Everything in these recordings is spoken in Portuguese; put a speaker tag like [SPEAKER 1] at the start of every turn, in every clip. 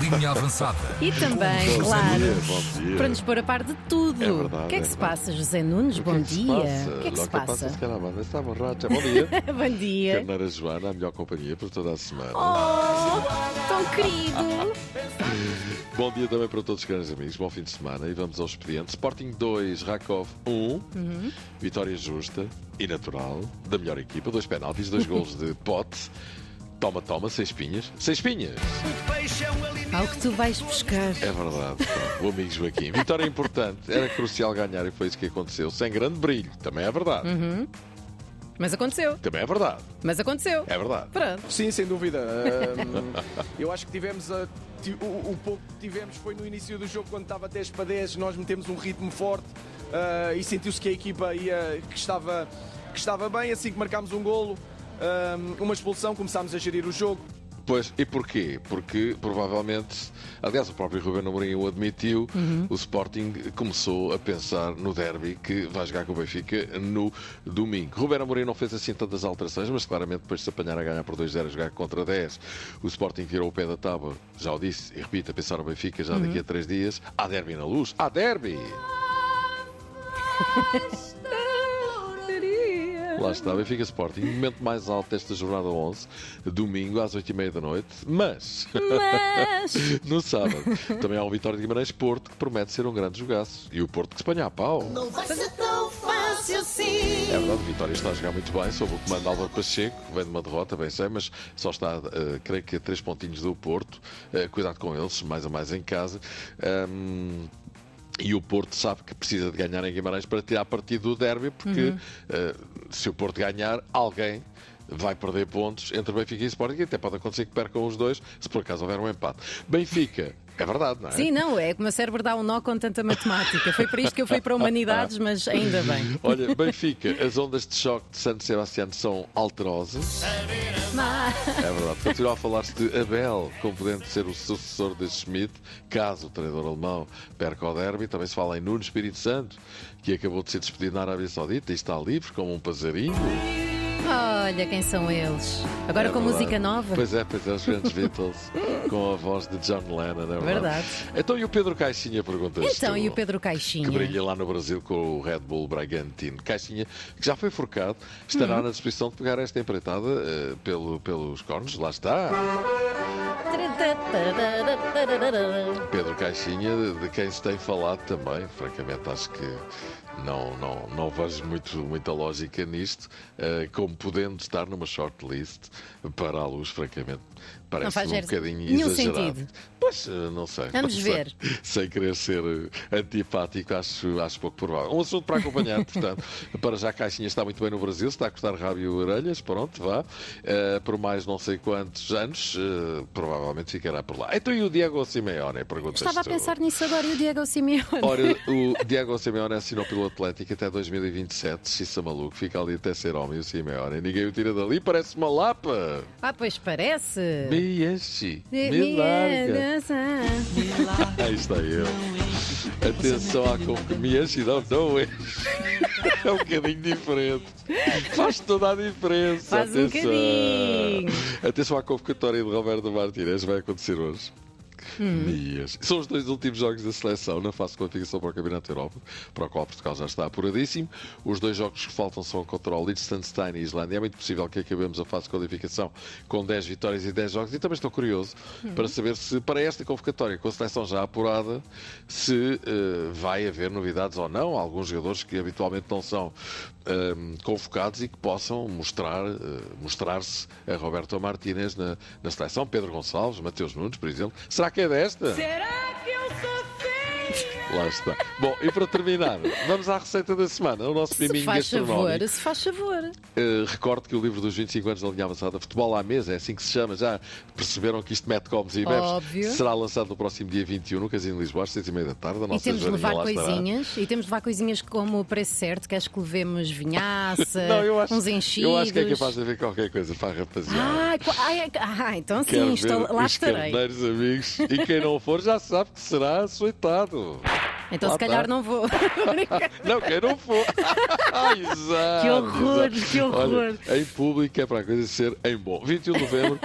[SPEAKER 1] Linha avançada.
[SPEAKER 2] E também,
[SPEAKER 1] Bom
[SPEAKER 2] claro,
[SPEAKER 1] dia,
[SPEAKER 3] bom dia.
[SPEAKER 2] para nos pôr a par de tudo.
[SPEAKER 3] É verdade,
[SPEAKER 2] o que é
[SPEAKER 3] é
[SPEAKER 2] que se
[SPEAKER 3] verdade.
[SPEAKER 2] passa, José Nunes?
[SPEAKER 3] O
[SPEAKER 2] Bom
[SPEAKER 3] que
[SPEAKER 2] dia. O que é que
[SPEAKER 3] Lo
[SPEAKER 2] se passa?
[SPEAKER 3] es que la banda está borracha. Bom dia.
[SPEAKER 2] Bom dia.
[SPEAKER 3] Carneira Joana, a melhor companhia para toda a semana.
[SPEAKER 2] Oh, tão querido.
[SPEAKER 3] Bom dia também para todos os grandes amigos. Bom fim de semana e vamos ao expediente. Sporting 2, Rakov 1.
[SPEAKER 2] Uhum.
[SPEAKER 3] Vitória justa e natural da melhor equipa. Dois penaltis, dois golos de pote. Toma, toma, seis pinhas. Seis pinhas!
[SPEAKER 2] Ao que tu vais buscar.
[SPEAKER 3] É verdade, pá. o amigo Joaquim. Vitória importante, era crucial ganhar e foi isso que aconteceu. Sem grande brilho, também é verdade.
[SPEAKER 2] Uhum. Mas aconteceu,
[SPEAKER 3] Também é verdade,
[SPEAKER 2] mas aconteceu.
[SPEAKER 3] é verdade.
[SPEAKER 2] Pronto.
[SPEAKER 4] Sim, sem dúvida. Ahm, eu acho que tivemos a- ti- o, o pouco que tivemos foi no início do jogo, quando estava 10 para 10, nós metemos um ritmo forte ah, e sentiu-se que a equipa ia, que, estava, que estava bem, assim que marcámos um golo, ahm, uma expulsão, começámos a gerir o jogo.
[SPEAKER 3] Pois, e porquê? Porque provavelmente, aliás, o próprio Ruben Amorim o admitiu, o Sporting começou a pensar no derby que vai jogar com o Benfica no domingo. Ruben Amorim não fez assim tantas alterações, mas claramente depois de se apanhar a ganhar por 2-0 a jogar contra 10, o Sporting tirou o pé da tábua, já o disse, e repito, a pensar no Benfica já daqui a 3 dias, há derby na luz, há derby! Lá está, Benfica Sporting, momento mais alto desta jornada 11, domingo às 8h30 da noite, mas...
[SPEAKER 2] Mas.
[SPEAKER 3] No sábado, também há o Vitória de Guimarães Porto, que promete ser um grande jogaço. E o Porto que se apanha a pau.
[SPEAKER 5] Não vai ser tão fácil assim.
[SPEAKER 3] É verdade, o Vitória está a jogar muito bem, sob o comando de Álvaro Pacheco, vem de uma derrota, bem sei, mas só está, eh, creio que, a três pontinhos do Porto. Eh, cuidado com eles, mais a mais em casa. Ahm, e o Porto sabe que precisa de ganhar em Guimarães para tirar partido do derby, porque eh, se o Porto ganhar, alguém vai perder pontos entre Benfica e Sporting, e até pode acontecer que percam os dois, se por acaso houver um empate. Benfica, é verdade, não é?
[SPEAKER 2] Sim, não, é que o meu cérebro dá um nó com tanta matemática. Foi para isto que eu fui para Humanidades, mas ainda bem.
[SPEAKER 3] Olha, Benfica, as ondas de choque de Santo Sebastiano são alterosas. É verdade. Continua a falar-se de Abel, como podendo ser o sucessor de Schmidt, caso o treinador alemão perca o derby. Também se fala em Nuno Espírito Santo, que acabou de ser despedido na Arábia Saudita e está livre como um passarinho.
[SPEAKER 2] Olha quem são eles. Agora
[SPEAKER 3] É
[SPEAKER 2] com
[SPEAKER 3] verdade.
[SPEAKER 2] música nova.
[SPEAKER 3] Pois é, pois é, os grandes Beatles, com a voz de John Lennon, não é verdade?
[SPEAKER 2] Verdade.
[SPEAKER 3] Então e o Pedro Caixinha pergunta
[SPEAKER 2] Então, e o Pedro Caixinha?
[SPEAKER 3] que brilha lá no Brasil com o Red Bull Bragantino. Caixinha, que já foi forcado, estará
[SPEAKER 2] Uhum.
[SPEAKER 3] na disposição de pegar esta empreitada eh, pelo, pelos cornos, lá está. Pedro Caixinha, de- de quem se tem falado também, francamente acho que não, não, não vejo muito, muita lógica nisto, eh, como podendo estar numa shortlist para a luz, francamente.
[SPEAKER 2] faz
[SPEAKER 3] Parece-me um
[SPEAKER 2] zero-
[SPEAKER 3] bocadinho
[SPEAKER 2] nenhum
[SPEAKER 3] exagerado.
[SPEAKER 2] sentido.
[SPEAKER 3] Pois, eh, não sei.
[SPEAKER 2] Vamos
[SPEAKER 3] não
[SPEAKER 2] ver.
[SPEAKER 3] Sei, sem querer ser eh, antipático, acho, acho pouco provável. Um assunto para acompanhar, portanto. Para já, a Caixinha está muito bem no Brasil, está a cortar rábio e orelhas, pronto, vá. Eh, por mais não sei quantos anos, eh, provavelmente ficará por lá. Então e o Diego Simeone? Perguntas
[SPEAKER 2] Estava a
[SPEAKER 3] tu.
[SPEAKER 2] pensar nisso agora e o Diego Simeone.
[SPEAKER 3] então. Ora, o Diego Simeone assinou pelo Atlético até 2027. Xissa é maluco, fica ali até ser homem o Simeone. Ninguém o tira dali, parece uma lapa.
[SPEAKER 2] Ah, pois parece.
[SPEAKER 3] Me enche,
[SPEAKER 2] Me-
[SPEAKER 3] me
[SPEAKER 2] me- né?
[SPEAKER 3] larga.
[SPEAKER 2] dança.
[SPEAKER 3] Aí está eu. Atenção à concomias e não, não é. É um bocadinho diferente. Faz toda a diferença.
[SPEAKER 2] Faz um
[SPEAKER 3] Atenção.
[SPEAKER 2] bocadinho.
[SPEAKER 3] Atenção à convocatória de Roberto Martínez. Vai acontecer hoje.
[SPEAKER 2] Hum.
[SPEAKER 3] Dias. São os dois últimos jogos da seleção na fase de qualificação para o Campeonato da Europa, para o qual Portugal já está apuradíssimo. Os dois jogos que faltam são contra o Liechtenstein e a Islândia. É muito possível que acabemos a fase de qualificação com 10 vitórias e 10 jogos. E também estou curioso
[SPEAKER 2] Hum.
[SPEAKER 3] para saber se, para esta convocatória, com a seleção já apurada, se eh, vai haver novidades ou não. Alguns jogadores que habitualmente não são ehm, convocados e que possam mostrar, eh, mostrar-se a Roberto Martínez na, na seleção. Pedro Gonçalves, Mateus Nunes, por exemplo. Será que é desta?
[SPEAKER 5] Será que eu sou feia?
[SPEAKER 3] Lá está. Bom, e para terminar, vamos à receita da semana, o nosso
[SPEAKER 2] Se
[SPEAKER 3] miminho
[SPEAKER 2] faz
[SPEAKER 3] gastronómico.
[SPEAKER 2] favor, se faz favor.
[SPEAKER 3] Uh, recordo que o livro dos 25 anos da linha avançada, Futebol à Mesa, é assim que se chama, já perceberam que isto mete comes e bebes,
[SPEAKER 2] Óbvio.
[SPEAKER 3] será lançado no próximo dia 21 no Casino de Lisboa, às 6h30 da tarde. A
[SPEAKER 2] E
[SPEAKER 3] nossa
[SPEAKER 2] temos de
[SPEAKER 3] Joaninha
[SPEAKER 2] levar
[SPEAKER 3] lá estará.
[SPEAKER 2] coisinhas, e temos de levar coisinhas como o preço certo, que acho que levemos vinhaça,
[SPEAKER 3] Não, eu acho,
[SPEAKER 2] eh, uns enchidos.
[SPEAKER 3] eu acho que é capaz de haver qualquer coisa para a rapaziada.
[SPEAKER 2] Ah, qua- ai, ai, ah, então
[SPEAKER 3] Quero
[SPEAKER 2] sim, estou-
[SPEAKER 3] ver
[SPEAKER 2] lá
[SPEAKER 3] os
[SPEAKER 2] estarei.
[SPEAKER 3] carneiros amigos e quem não for já sabe que será açoitado.
[SPEAKER 2] Então
[SPEAKER 3] Lá
[SPEAKER 2] se calhar
[SPEAKER 3] está.
[SPEAKER 2] não vou.
[SPEAKER 3] Não, quem não for. Ai, exato,
[SPEAKER 2] Que horror,
[SPEAKER 3] exato.
[SPEAKER 2] que horror.
[SPEAKER 3] Olha, em público é para a coisa ser em bom. 21 de novembro,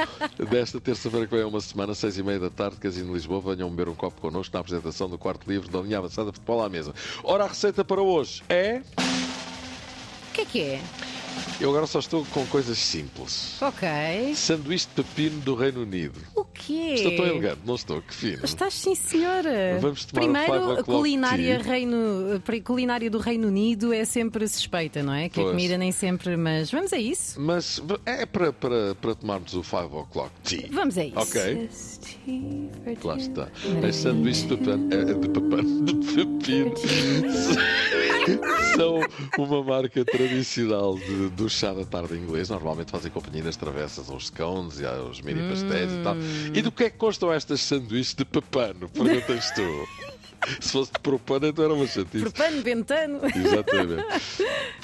[SPEAKER 3] desta terça-feira que vem é uma semana, seis e meia da tarde, Casino de Lisboa. Venham beber um copo connosco na apresentação do quarto livro da linha avançada Futebol à Mesa. Ora, a receita para hoje é...
[SPEAKER 2] O que é que é?
[SPEAKER 3] Eu agora só estou com coisas simples.
[SPEAKER 2] Ok.
[SPEAKER 3] Sanduíche de pepino do Reino Unido.
[SPEAKER 2] O quê?
[SPEAKER 3] Estou tão elegante, não estou? Que fino.
[SPEAKER 2] Estás sim, senhora.
[SPEAKER 3] Vamos tomar um five
[SPEAKER 2] Primeiro, a
[SPEAKER 3] o'clock
[SPEAKER 2] culinária,
[SPEAKER 3] tea.
[SPEAKER 2] reino, pri- culinária do Reino Unido é sempre suspeita, não é? Que a
[SPEAKER 3] Pois.
[SPEAKER 2] comida nem sempre, mas vamos a isso.
[SPEAKER 3] Mas é para, para, para tomarmos o 5 o'clock tea.
[SPEAKER 2] Vamos a isso.
[SPEAKER 3] Ok, lá
[SPEAKER 5] Claro
[SPEAKER 3] está. As sanduíches de pepino, eh, de pepino, de pepino são uma marca tradicional de- do chá da tarde inglês. Normalmente fazem companhia nas travessas aos scones e aos mini pastéis e tal. E do que é que constam estas sanduíches de pepano? Perguntas tu. Se fosse de propano, então era uma chatice.
[SPEAKER 2] Propano, bentano.
[SPEAKER 3] Exatamente.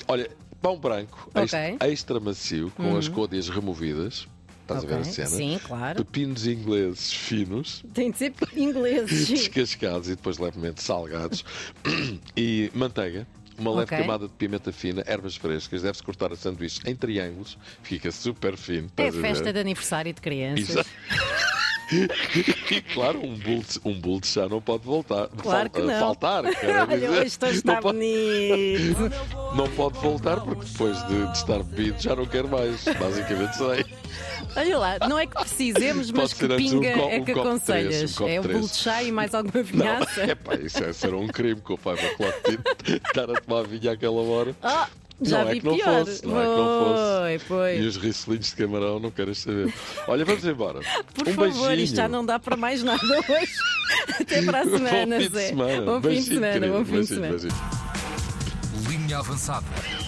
[SPEAKER 3] Olha, pão branco, ex-
[SPEAKER 2] Ok. Uhum.
[SPEAKER 3] extra macio, com as côdeas removidas. Estás a ver a
[SPEAKER 2] Ok,
[SPEAKER 3] cena?
[SPEAKER 2] Sim, claro.
[SPEAKER 3] Pepinos ingleses finos,
[SPEAKER 2] Tem de ser É ingleses.
[SPEAKER 3] descascados e depois levemente salgados. e manteiga. Uma leve
[SPEAKER 2] Ok.
[SPEAKER 3] camada de pimenta fina, ervas frescas, deve-se cortar a sanduíche em triângulos, fica super fino.
[SPEAKER 2] É
[SPEAKER 3] estás a ver?
[SPEAKER 2] festa de aniversário de crianças.
[SPEAKER 3] Exato. E claro, um bolo, de, um bolo de chá não pode voltar.
[SPEAKER 2] Claro que não.
[SPEAKER 3] Faltar, quero
[SPEAKER 2] Olha,
[SPEAKER 3] dizer.
[SPEAKER 2] hoje estou
[SPEAKER 3] não
[SPEAKER 2] está
[SPEAKER 3] pode,
[SPEAKER 2] bonito.
[SPEAKER 3] não pode voltar porque depois de, de estar bebido já não quer mais. Basicamente sei.
[SPEAKER 2] Olha lá, não é que precisemos, mas
[SPEAKER 3] Pode
[SPEAKER 2] que
[SPEAKER 3] ser antes um
[SPEAKER 2] pinga
[SPEAKER 3] co-
[SPEAKER 2] é
[SPEAKER 3] um
[SPEAKER 2] que
[SPEAKER 3] copo de três,
[SPEAKER 2] aconselhas.
[SPEAKER 3] um copo
[SPEAKER 2] é o
[SPEAKER 3] de
[SPEAKER 2] bolo
[SPEAKER 3] três.
[SPEAKER 2] de chá e mais alguma vinhaça.
[SPEAKER 3] Epá, isso é, será um crime com o pai para estar a tomar vinho àquela hora.
[SPEAKER 2] Ah, já
[SPEAKER 3] Não é
[SPEAKER 2] vi
[SPEAKER 3] que não
[SPEAKER 2] pior.
[SPEAKER 3] fosse, não é que não
[SPEAKER 2] Foi, foi.
[SPEAKER 3] E os ricelinhos de camarão, não queres saber. Olha, vamos embora.
[SPEAKER 2] Por
[SPEAKER 3] um
[SPEAKER 2] favor,
[SPEAKER 3] beijinho.
[SPEAKER 2] isto já não dá para mais nada hoje. Até para a
[SPEAKER 3] Bom
[SPEAKER 2] semana,
[SPEAKER 3] fim de
[SPEAKER 2] Zé.
[SPEAKER 3] semana.
[SPEAKER 2] Bom fim de
[SPEAKER 3] Beijinho,
[SPEAKER 2] semana,
[SPEAKER 3] querido.
[SPEAKER 2] bom fim de semana.
[SPEAKER 3] Beijinho, beijinho.
[SPEAKER 1] Linha avançada.